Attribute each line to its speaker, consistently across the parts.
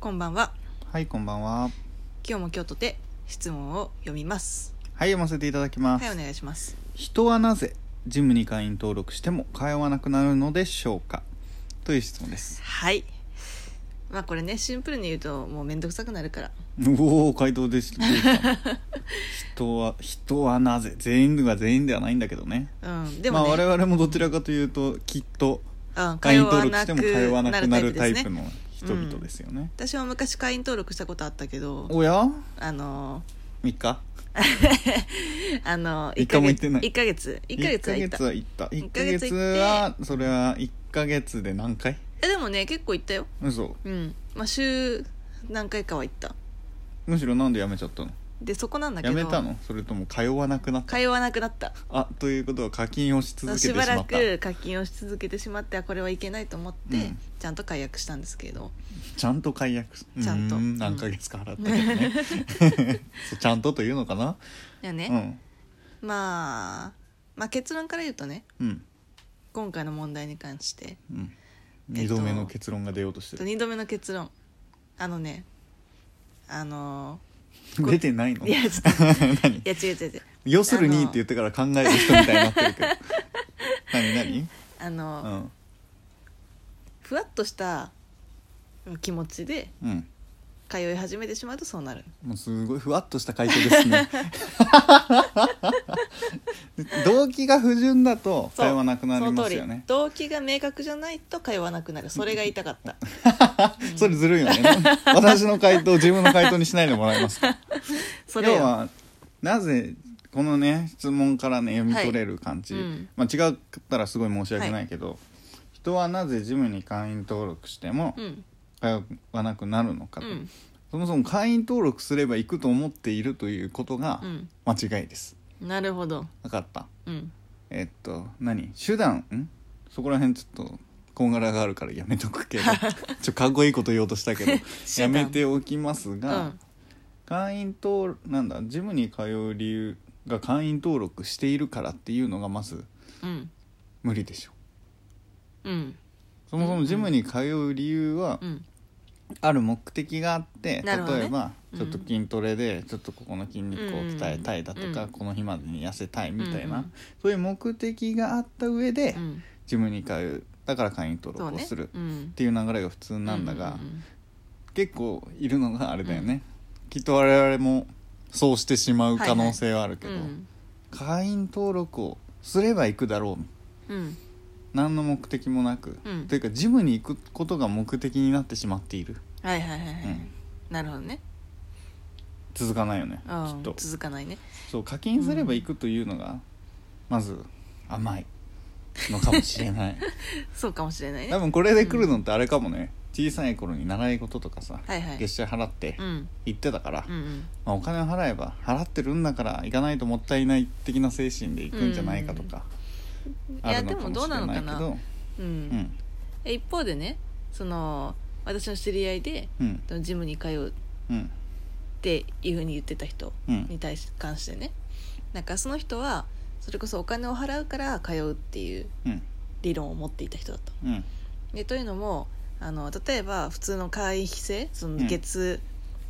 Speaker 1: こんばんは。
Speaker 2: はい、こんばんは。
Speaker 1: 今日も京都で質問を読みます。
Speaker 2: はい、読ませていただきます。
Speaker 1: はい、お願いします。
Speaker 2: 人はなぜジムに会員登録しても通わなくなるのでしょうかという質問です。
Speaker 1: はい。まあこれね、シンプルに言うともうめんどくさくなるから。
Speaker 2: おお、回答です。どうしたの人は、 人はなぜ全員が全員ではないんだけどね。
Speaker 1: うん。でも
Speaker 2: まあ、
Speaker 1: ね、
Speaker 2: 我々もどちらかというと、きっと
Speaker 1: うん
Speaker 2: 会員登録しても通わなくなるタ
Speaker 1: で
Speaker 2: イ
Speaker 1: す
Speaker 2: プ
Speaker 1: ね
Speaker 2: の人々ですよね。
Speaker 1: 私は昔会員登録したことあったけど、
Speaker 2: おや
Speaker 1: あの
Speaker 2: ?3 日
Speaker 1: あの
Speaker 2: 一回も行ってない
Speaker 1: 1ヶ月1ヶ月は行った。
Speaker 2: 1ヶ
Speaker 1: 一
Speaker 2: 月
Speaker 1: ヶ
Speaker 2: ヶ
Speaker 1: 月
Speaker 2: 月
Speaker 1: 行
Speaker 2: は、それは1ヶ月で何回
Speaker 1: えでもね、結構行ったよ。
Speaker 2: 嘘。
Speaker 1: うん。まあ週何回かは行った。
Speaker 2: むしろなんでやめちゃったの
Speaker 1: でそこなんだけ
Speaker 2: や
Speaker 1: ど。
Speaker 2: めたのそれとも通わなくなった
Speaker 1: 通わなくなった。
Speaker 2: あということは課金をし続けてし
Speaker 1: し
Speaker 2: ま
Speaker 1: ば
Speaker 2: った
Speaker 1: らく課金をし続けてしまってあこれはいけないと思って、
Speaker 2: うん
Speaker 1: ちゃんと解約したんですけど
Speaker 2: ちゃんと解約
Speaker 1: ちゃんと
Speaker 2: う
Speaker 1: う
Speaker 2: ー
Speaker 1: ん
Speaker 2: 何ヶ月か払ったけどね そうちゃんとというのかな、
Speaker 1: いやね、
Speaker 2: うん
Speaker 1: まあ、まあ結論から言うとね
Speaker 2: うん
Speaker 1: 今回の問題に関して
Speaker 2: うん
Speaker 1: えっ
Speaker 2: 2
Speaker 1: と
Speaker 2: 度目の結論が出ようとしてる、
Speaker 1: 2度目の結論あのねあ のご
Speaker 2: 出てないの
Speaker 1: いやちょっと
Speaker 2: 何
Speaker 1: いや違う違う違う
Speaker 2: 要する
Speaker 1: あ
Speaker 2: に
Speaker 1: の
Speaker 2: って言ってから考える人みたいになってるけど何
Speaker 1: あの、
Speaker 2: 何うん
Speaker 1: ふわっとした気持ちで
Speaker 2: うん
Speaker 1: 通い始めてしまうとそうなる
Speaker 2: もうすごいふわっとした回答で すね動機が不純だと
Speaker 1: そ
Speaker 2: 会
Speaker 1: う
Speaker 2: 話なくなりま
Speaker 1: その
Speaker 2: すよ
Speaker 1: 通り
Speaker 2: ね
Speaker 1: 動機が明確じゃないと通わなくなるそれが言いたかった
Speaker 2: それずるい よね私の回答自分の回答にしないでもらえますか
Speaker 1: それ
Speaker 2: 要
Speaker 1: よ
Speaker 2: はなぜこのね質問からね読み取れる感じ、
Speaker 1: はいうん
Speaker 2: まあ、違ったらすごい申し訳ないけど、人はなぜジムに会員登録しても
Speaker 1: うん
Speaker 2: 通わなくなるのか
Speaker 1: う
Speaker 2: と、
Speaker 1: ん
Speaker 2: そもそも会員登録すれば行くと思っているということが
Speaker 1: うん
Speaker 2: 間違いです、
Speaker 1: なるほど
Speaker 2: 分かった
Speaker 1: うん
Speaker 2: えっと何手段んそこら辺ちょっとこんがらがあるからやめと くけどちょかっこいいこと言おうとしたけど
Speaker 1: 手
Speaker 2: や
Speaker 1: 段
Speaker 2: めておきます
Speaker 1: う
Speaker 2: が、
Speaker 1: ん
Speaker 2: 会員登なんだジムに通う理由が会員登録しているからっていうのがまず
Speaker 1: うん
Speaker 2: 無理でしょ
Speaker 1: うん
Speaker 2: そもそもジムに通う理由は
Speaker 1: うん
Speaker 2: ある目的があって、
Speaker 1: なるほどね
Speaker 2: 例えば
Speaker 1: うん
Speaker 2: ちょっと筋トレでちょっとここの筋肉を鍛えたいだとか、
Speaker 1: うん
Speaker 2: この日までに痩せたいみたいな、
Speaker 1: うん
Speaker 2: そういう目的があった上で
Speaker 1: うん
Speaker 2: ジムに通うだから会員登
Speaker 1: そう
Speaker 2: 録を
Speaker 1: ね
Speaker 2: するっ
Speaker 1: うん
Speaker 2: ていう流れが普通なんだが、
Speaker 1: ううん
Speaker 2: 結構いるのがあれだよね、きっと我々もそうしてしまう可能性はあるけ
Speaker 1: う
Speaker 2: ど。
Speaker 1: ん
Speaker 2: 会員登録をすれば行くだろう
Speaker 1: うん
Speaker 2: 何の目的もなく、
Speaker 1: うん
Speaker 2: というかジムに行くことが目的になってしまっている
Speaker 1: はいはいはいはい、
Speaker 2: うん
Speaker 1: なるほどね、
Speaker 2: 続かないよねき
Speaker 1: う
Speaker 2: っ
Speaker 1: ん、
Speaker 2: と
Speaker 1: 続かないね
Speaker 2: そう課金すれば行くというのが、まず甘いのかもし れない
Speaker 1: そうかもしれないね
Speaker 2: 多分これで来るのってあれかもね、小さい頃に習い事とかさ、
Speaker 1: はいはい
Speaker 2: 月謝払って
Speaker 1: うん
Speaker 2: 行ってたから、
Speaker 1: うんうん
Speaker 2: まあ、お金を払えば払ってるんだから行かないともったいない的な精神で行くんじゃないかとか、
Speaker 1: いや
Speaker 2: あるの
Speaker 1: で
Speaker 2: か
Speaker 1: も
Speaker 2: も
Speaker 1: どう
Speaker 2: しれ
Speaker 1: なの
Speaker 2: ない
Speaker 1: か
Speaker 2: け
Speaker 1: な
Speaker 2: ど
Speaker 1: う
Speaker 2: うんん
Speaker 1: え一方でねその私の知り合いで
Speaker 2: うん
Speaker 1: ジムに通うっ
Speaker 2: うん
Speaker 1: ていうふうに言ってた人
Speaker 2: うん
Speaker 1: に対し関してねなんかその人はそれこそお金を払うから通うっていう
Speaker 2: うん
Speaker 1: 理論を持っていた人だった
Speaker 2: うん
Speaker 1: でというのもあの例えば普通の会費制その
Speaker 2: うん
Speaker 1: 月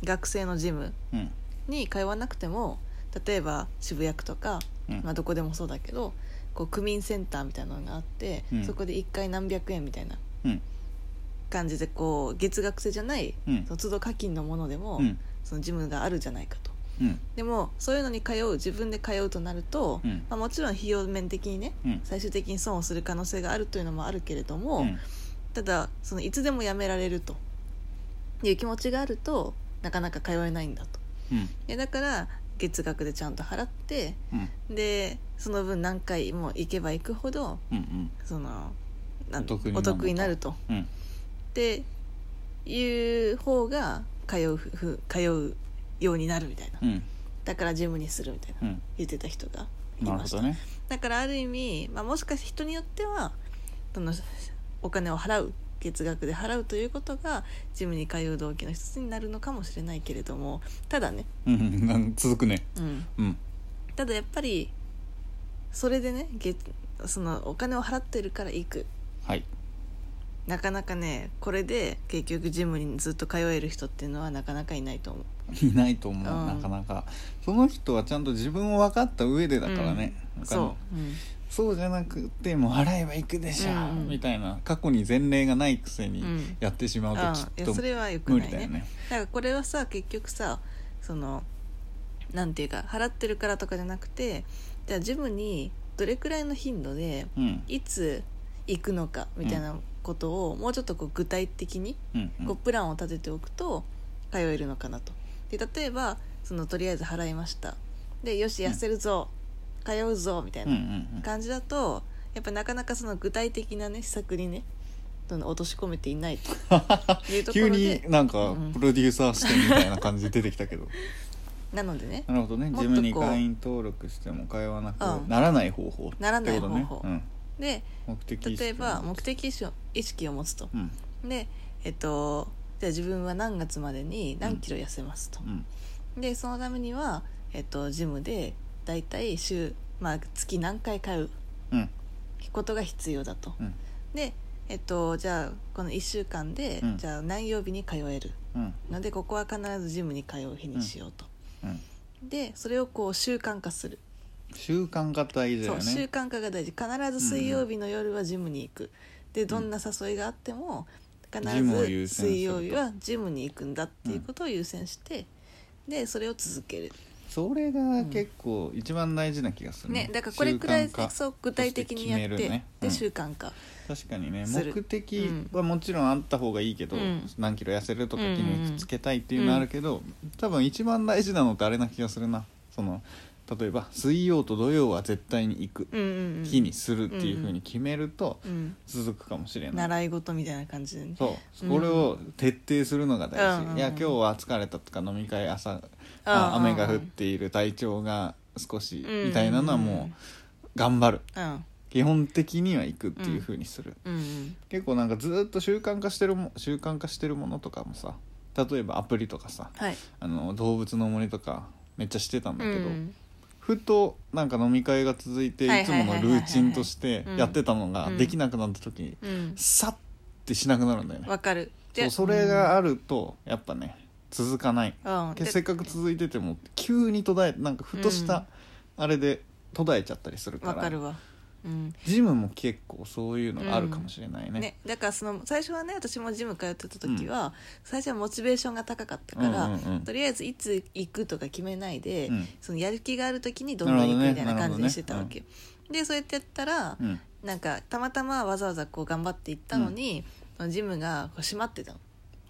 Speaker 1: 額制のジム
Speaker 2: うん
Speaker 1: に通わなくても例えば渋谷区とか、
Speaker 2: うん
Speaker 1: まあ、どこでもそうだけどこう区民センターみたいなのがあって、
Speaker 2: うん
Speaker 1: そこで1回何百円みたいな
Speaker 2: うん
Speaker 1: 感じでこう月額制じゃない、
Speaker 2: うん
Speaker 1: その都度課金のものでも、
Speaker 2: うん
Speaker 1: そのジムがあるじゃないかと。
Speaker 2: うん
Speaker 1: でもそういうのに通う自分で通うとなると、
Speaker 2: うん
Speaker 1: まあ、もちろん費用面的にね
Speaker 2: うん
Speaker 1: 最終的に損をする可能性があるというのもあるけれども、
Speaker 2: うん
Speaker 1: ただそのいつでもやめられるという気持ちがあるとなかなか通えないんだと
Speaker 2: うん
Speaker 1: いやだから月額でちゃんと払って
Speaker 2: うん
Speaker 1: でその分何回も行けば行くほど
Speaker 2: うん
Speaker 1: そのなん
Speaker 2: お得になる
Speaker 1: お得になると
Speaker 2: うん
Speaker 1: っていう方が通うふふ通うようになるみたいな
Speaker 2: うん
Speaker 1: だからジムにするみたいな
Speaker 2: うん
Speaker 1: 言ってた人がい
Speaker 2: なる
Speaker 1: ま
Speaker 2: ほ
Speaker 1: した、
Speaker 2: どね
Speaker 1: だからある意味、まあ、もしかして人によってはそのお金を払う月額で払うということがジムに通う動機の一つになるのかもしれないけれどもただね、
Speaker 2: うんうんなん続くね
Speaker 1: うん、
Speaker 2: うん
Speaker 1: ただやっぱりそれでね月そのお金を払ってるから行く
Speaker 2: はい
Speaker 1: なかなかねこれで結局ジムにずっと通える人っていうのはなかなかいないと思う
Speaker 2: いないと思う、
Speaker 1: うん
Speaker 2: なかなかその人はちゃんと自分を分かった上でだからね、他の
Speaker 1: そう、うん
Speaker 2: そうじゃなくてもう払えば行くでしょ、
Speaker 1: うんうん
Speaker 2: みたいな過去に前例がないくせに
Speaker 1: うん
Speaker 2: やってしま
Speaker 1: あ
Speaker 2: うと
Speaker 1: あい
Speaker 2: きっ
Speaker 1: や
Speaker 2: と
Speaker 1: それはよく
Speaker 2: 無
Speaker 1: な
Speaker 2: 理
Speaker 1: い
Speaker 2: だ
Speaker 1: ね
Speaker 2: よね
Speaker 1: だからこれはさ結局さそのなんていうか払ってるからとかじゃなくてじゃあジムにどれくらいの頻度で
Speaker 2: うん
Speaker 1: いつ行くのかみたいなことを、もうちょっとこう具体的に
Speaker 2: うんう
Speaker 1: こうんプランを立てておくと通えるのかなとで例えばそのとりあえず払いましたでよし痩せるぞ、通うぞみたい
Speaker 2: うんう
Speaker 1: なん感じだとやっぱなかなかその具体的なね施策にねどんどん落とし込めていないという
Speaker 2: う
Speaker 1: と
Speaker 2: ん
Speaker 1: ころ
Speaker 2: 急
Speaker 1: で
Speaker 2: になんか
Speaker 1: うん
Speaker 2: プロデューサー視点みたいな感じ出てきた けど
Speaker 1: なのでね
Speaker 2: なるほどね
Speaker 1: もっ
Speaker 2: ジ
Speaker 1: とこう
Speaker 2: ムに会員登録しても会話なく
Speaker 1: うん
Speaker 2: ならない方法
Speaker 1: ならない方法
Speaker 2: ってことね
Speaker 1: で
Speaker 2: うん、目的意識
Speaker 1: 例えば目的意識を意識を持つと
Speaker 2: うん
Speaker 1: でえっとじゃあ自分は何月までに何キロ痩せますと
Speaker 2: う、ん
Speaker 1: でそのためには、えっと、ジムでだいたい週、まあ、月何回通う
Speaker 2: うん
Speaker 1: ことが必要だと、
Speaker 2: うん
Speaker 1: で、えっと、じゃあこの1週間で、
Speaker 2: うん
Speaker 1: じゃあ何曜日に通える
Speaker 2: うん
Speaker 1: のでここは必ずジムに通う日にしようと、
Speaker 2: うん
Speaker 1: でそれをこう習慣化する、
Speaker 2: 習慣化大事だ
Speaker 1: そ
Speaker 2: よ
Speaker 1: う
Speaker 2: ね
Speaker 1: 習慣化が大事必ず水曜日の夜はジムに行く、でどんな誘いがあっても
Speaker 2: ジムを
Speaker 1: 必ず
Speaker 2: 優先すると
Speaker 1: 水曜日はジムに行くんだっていうことを優先して、でそれを続ける
Speaker 2: それが結構一番大事な気がする
Speaker 1: ね、だからこれくらい
Speaker 2: 習慣化
Speaker 1: そう具体的にやって
Speaker 2: として決めるねう
Speaker 1: で
Speaker 2: ん
Speaker 1: 習慣化、
Speaker 2: 確かにね
Speaker 1: する
Speaker 2: 目的はもちろんあった方がいいけど、
Speaker 1: うん
Speaker 2: 何キロ痩せるとか
Speaker 1: うんうん
Speaker 2: 筋肉つけたいっていうのはあるけど、多分一番大事なのってあれな気がするなその例えば水曜と土曜は絶対に行く
Speaker 1: うんうんうん、
Speaker 2: 日にするっていうふうに決めると
Speaker 1: うん、
Speaker 2: 続くかもしれない。
Speaker 1: 習い事みたいな感じでね
Speaker 2: そ
Speaker 1: う
Speaker 2: う
Speaker 1: ん
Speaker 2: これを徹底するのが大
Speaker 1: うん
Speaker 2: 事、
Speaker 1: うんうん
Speaker 2: いや今日は疲れたとか飲み会朝、あ
Speaker 1: うんうんう
Speaker 2: 雨
Speaker 1: ん
Speaker 2: が降っている体調が少し
Speaker 1: うんうんうん
Speaker 2: みたいなのはもう頑張る
Speaker 1: うん
Speaker 2: 基本的には行くっていうふうにする、
Speaker 1: うんうん
Speaker 2: 結構なんかずーっと習慣化してるも習慣化してるものとかもさ例えばアプリとかさ
Speaker 1: はい
Speaker 2: あの動物の森とかめっちゃしてたんだけど、
Speaker 1: うん
Speaker 2: ふとなんか飲み会が続いて
Speaker 1: はい
Speaker 2: いつ
Speaker 1: はいはい
Speaker 2: も
Speaker 1: はいはい
Speaker 2: のルーチンとしてやってたのが
Speaker 1: うん
Speaker 2: できなくなった時に
Speaker 1: うん
Speaker 2: さってしなくなるんだよね
Speaker 1: わ、かる
Speaker 2: そうそれがあるとやっぱね続かない
Speaker 1: うん、うん
Speaker 2: け
Speaker 1: で
Speaker 2: せっかく続いてても急に途絶えなんかふとし
Speaker 1: うん
Speaker 2: たあれで途絶えちゃったりするか
Speaker 1: わからるわ、うん
Speaker 2: ジムも結構そういうのがあるかもしれないね
Speaker 1: ね、だからその最初はね私もジム通ってた時は、最初はモチベーションが高かったから、
Speaker 2: うんうんうん
Speaker 1: とりあえずいつ行くとか決めないで、
Speaker 2: うん
Speaker 1: そのやる気がある時にどんどん行くみたいな感じにしてたわけ、でそうやってやったら、
Speaker 2: うん
Speaker 1: なんかたまたまわざわざこう頑張って行ったのに、そのジムがこう閉まってたの、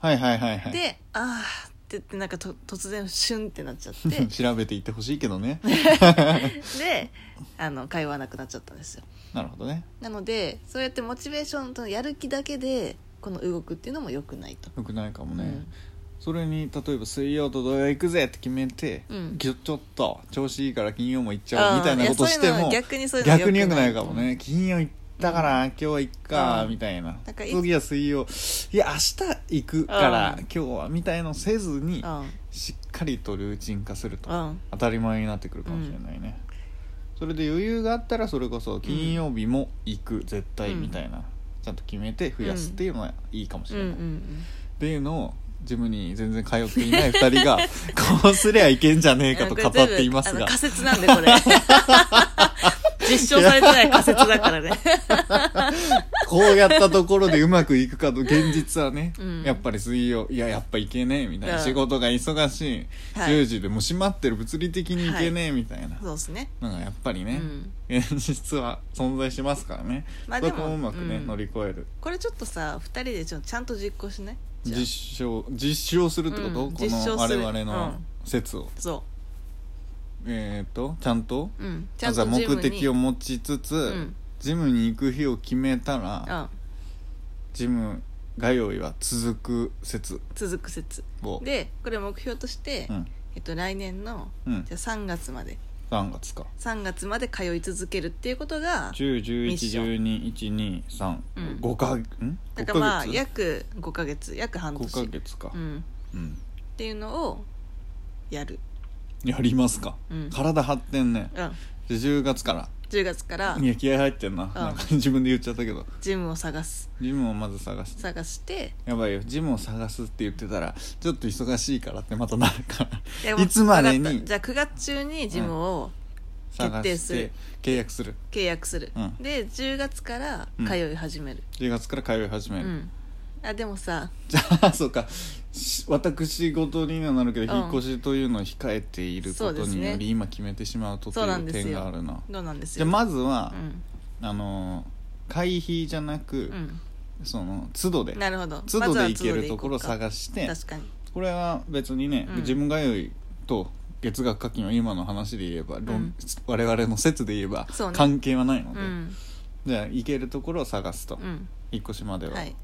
Speaker 2: はいはいはいはい
Speaker 1: でああって言ってなんかと突然シュンってなっちゃって
Speaker 2: 調べていってほしいけど ね
Speaker 1: であの会話なくなっちゃったんですよ
Speaker 2: なるほどね
Speaker 1: なのでそうやってモチベーションとやる気だけでこの動くっていうのも良くないと
Speaker 2: よくないかもね、
Speaker 1: うん
Speaker 2: それに例えば水曜と土曜行くぜって決めて、
Speaker 1: うん
Speaker 2: ぎょちょっと調子いいから金曜も行っち
Speaker 1: あ
Speaker 2: ゃ
Speaker 1: ー
Speaker 2: おうみたいなことして
Speaker 1: いやそういうの
Speaker 2: も
Speaker 1: 逆にそういうの
Speaker 2: 逆によくないかもね、金曜行ったから今日は行っか
Speaker 1: うん
Speaker 2: みたいな,、
Speaker 1: だからい
Speaker 2: 次は水曜いや明日行くから
Speaker 1: うん
Speaker 2: 今日はみたいのせずに
Speaker 1: うん
Speaker 2: しっかりとルーチン化すると
Speaker 1: うん
Speaker 2: 当たり前になってくるかもしれないね、それで余裕があったらそれこそ金曜日も行く、絶対みたいな、ちゃんと決めて増やすっていうのはいいかもし
Speaker 1: うん
Speaker 2: れ
Speaker 1: う
Speaker 2: ない、っ
Speaker 1: ん
Speaker 2: ていうのをジムに全然通っていない2人が こうすりゃいけんじゃね
Speaker 1: う
Speaker 2: え
Speaker 1: ん
Speaker 2: かと
Speaker 1: これ
Speaker 2: 語っています
Speaker 1: 全部あの
Speaker 2: が
Speaker 1: 仮説なんでこれ 実証されてない仮説だからね
Speaker 2: こうやったところでうまくいくかと現実はね、
Speaker 1: うん
Speaker 2: やっぱり水曜いややっぱいけねえみたいな、
Speaker 1: うん
Speaker 2: 仕事が忙しい、
Speaker 1: はい
Speaker 2: 10時でもう閉まってる物理的にいけねえみたいな、
Speaker 1: そうですね
Speaker 2: なんかやっぱり
Speaker 1: う
Speaker 2: ね、
Speaker 1: ん
Speaker 2: 現実は存在しますからね、
Speaker 1: まあ
Speaker 2: そ
Speaker 1: でも
Speaker 2: こをうまくね、
Speaker 1: うん
Speaker 2: 乗り越える
Speaker 1: これちょっとさ2人でちょちゃんと実行しないじゃあ
Speaker 2: 実証実証するってこと、
Speaker 1: うん
Speaker 2: こ
Speaker 1: 実証
Speaker 2: の
Speaker 1: す
Speaker 2: 我
Speaker 1: る
Speaker 2: 々
Speaker 1: う
Speaker 2: の
Speaker 1: ん
Speaker 2: 説を、
Speaker 1: そ
Speaker 2: えっ、とちゃんと
Speaker 1: う、うん、ちゃ
Speaker 2: ま
Speaker 1: ん
Speaker 2: ずは
Speaker 1: と
Speaker 2: 目
Speaker 1: ジムに
Speaker 2: 的を持ちつつ、
Speaker 1: ん
Speaker 2: ジムに行く日を決めたら、
Speaker 1: うん
Speaker 2: ジム通いは続く説
Speaker 1: 続く説
Speaker 2: を、
Speaker 1: でこれ目標として、
Speaker 2: うん
Speaker 1: えっと、来年の
Speaker 2: うん
Speaker 1: じ、ゃあ3月まで
Speaker 2: 3月か
Speaker 1: 3月まで通い続けるっていうことがミッショうん
Speaker 2: 10111213かん
Speaker 1: だからまあ
Speaker 2: 5ヶ月
Speaker 1: 約5ヶ月約半年
Speaker 2: 5ヶ月か
Speaker 1: う、ん、
Speaker 2: うん
Speaker 1: っていうのをやる
Speaker 2: やりますか、
Speaker 1: うん
Speaker 2: 体張ってんね
Speaker 1: うん
Speaker 2: で10月から
Speaker 1: 10月から
Speaker 2: いや気合入ってんななんか自分で言っちゃったけど
Speaker 1: ジムを探す
Speaker 2: ジムをまず探して
Speaker 1: 探して
Speaker 2: やばいよジムを探すって言ってたらちょっと忙しいからってまたなるか
Speaker 1: や
Speaker 2: らいつまで
Speaker 1: わかった
Speaker 2: に
Speaker 1: じゃあ9月中にジムを
Speaker 2: 探
Speaker 1: 決定
Speaker 2: し
Speaker 1: する
Speaker 2: て契約する
Speaker 1: 契約する、
Speaker 2: うん
Speaker 1: で10月から通い始める
Speaker 2: 10月から通い始
Speaker 1: う
Speaker 2: め
Speaker 1: ん、
Speaker 2: る、
Speaker 1: あでもさ
Speaker 2: じゃあ そうかし私事にはなるけど、
Speaker 1: うん
Speaker 2: 引っ越しというのを控えているこ
Speaker 1: そうで
Speaker 2: と
Speaker 1: す
Speaker 2: に
Speaker 1: ね
Speaker 2: より、今決めてしまうとと
Speaker 1: そう
Speaker 2: い
Speaker 1: なん
Speaker 2: う
Speaker 1: です
Speaker 2: 点
Speaker 1: よ
Speaker 2: があるな
Speaker 1: どうなんです
Speaker 2: じゃ
Speaker 1: よ
Speaker 2: あまずは
Speaker 1: う、ん
Speaker 2: あの会費じゃなく、その都度で
Speaker 1: うん、なるほど
Speaker 2: 都
Speaker 1: ま
Speaker 2: 度
Speaker 1: ずは
Speaker 2: で行けるところを
Speaker 1: 都度で行こ
Speaker 2: 探して、
Speaker 1: うか確かに
Speaker 2: これは別にね、
Speaker 1: うん
Speaker 2: 自分が良いと月額課金は今の話で言えば、論
Speaker 1: うん
Speaker 2: 我々の説で言えば
Speaker 1: そうね
Speaker 2: 関係はないの
Speaker 1: う
Speaker 2: で、
Speaker 1: ん
Speaker 2: じゃあ行けるところを探すと、
Speaker 1: うん
Speaker 2: 引っ越しまでは、
Speaker 1: はい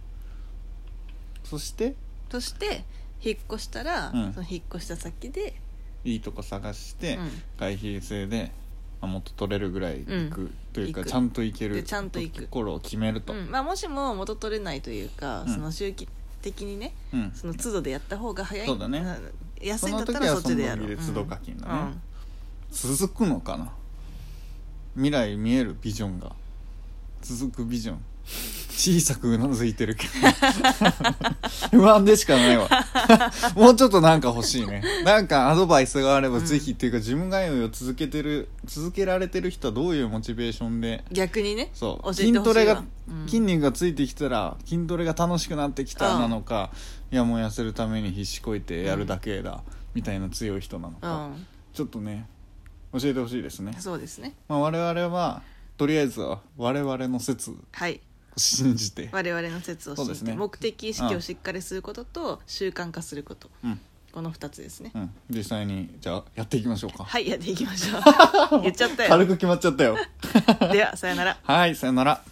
Speaker 2: そして
Speaker 1: そして引っ越したら、
Speaker 2: うん
Speaker 1: その引っ越した先で、
Speaker 2: いいとこ探して、
Speaker 1: うん
Speaker 2: 外費制で、まあ、もっと取れるぐらい行く、
Speaker 1: う
Speaker 2: という
Speaker 1: 行
Speaker 2: か
Speaker 1: く
Speaker 2: ちゃんと行ける
Speaker 1: でちゃんと行く
Speaker 2: ところを決めると、
Speaker 1: う
Speaker 2: うん
Speaker 1: んまあ、もしも元取れないというか、
Speaker 2: うん
Speaker 1: その周期的にねその都度でやった方が早い
Speaker 2: そうだね
Speaker 1: な安
Speaker 2: そ
Speaker 1: いんだ
Speaker 2: の
Speaker 1: った
Speaker 2: 時
Speaker 1: らそ
Speaker 2: は
Speaker 1: っ
Speaker 2: そ
Speaker 1: ち
Speaker 2: の
Speaker 1: でや
Speaker 2: 時
Speaker 1: ろう
Speaker 2: で都度課金だね、
Speaker 1: うんうん
Speaker 2: 続くのかな未来見えるビジョンが続くビジョン小さくうなずいてるけど 不安でしかないわもうちょっとなんか欲しいねなんかアドバイスがあればぜひ、っていうか自分通いを続けてる続けられてる人はどういうモチベーションで
Speaker 1: 逆にね
Speaker 2: そ
Speaker 1: 教えてほ
Speaker 2: う
Speaker 1: しい
Speaker 2: 筋トレが
Speaker 1: わ、うん
Speaker 2: 筋肉がついてきたら筋トレが楽しくなってきたなのか、いやもう痩せるために必死こいてやるだけだ、みたいな強い人なの
Speaker 1: う
Speaker 2: か、
Speaker 1: ん
Speaker 2: ちょっとね教えてほしいですね、
Speaker 1: そうですね
Speaker 2: まあ、我々はとりあえずは我々の説を
Speaker 1: はい
Speaker 2: 信じて、
Speaker 1: 我々の説を信
Speaker 2: そうで
Speaker 1: じ
Speaker 2: す
Speaker 1: て、
Speaker 2: ね
Speaker 1: 目的意識をしっかりすることと習慣化すること
Speaker 2: うん
Speaker 1: この2つですね、
Speaker 2: うん、実際にじゃあやっていきましょうか、
Speaker 1: はいやっていきましょう 言っちゃったよ
Speaker 2: 軽く決まっちゃったよ
Speaker 1: ではさよなら
Speaker 2: はいさよなら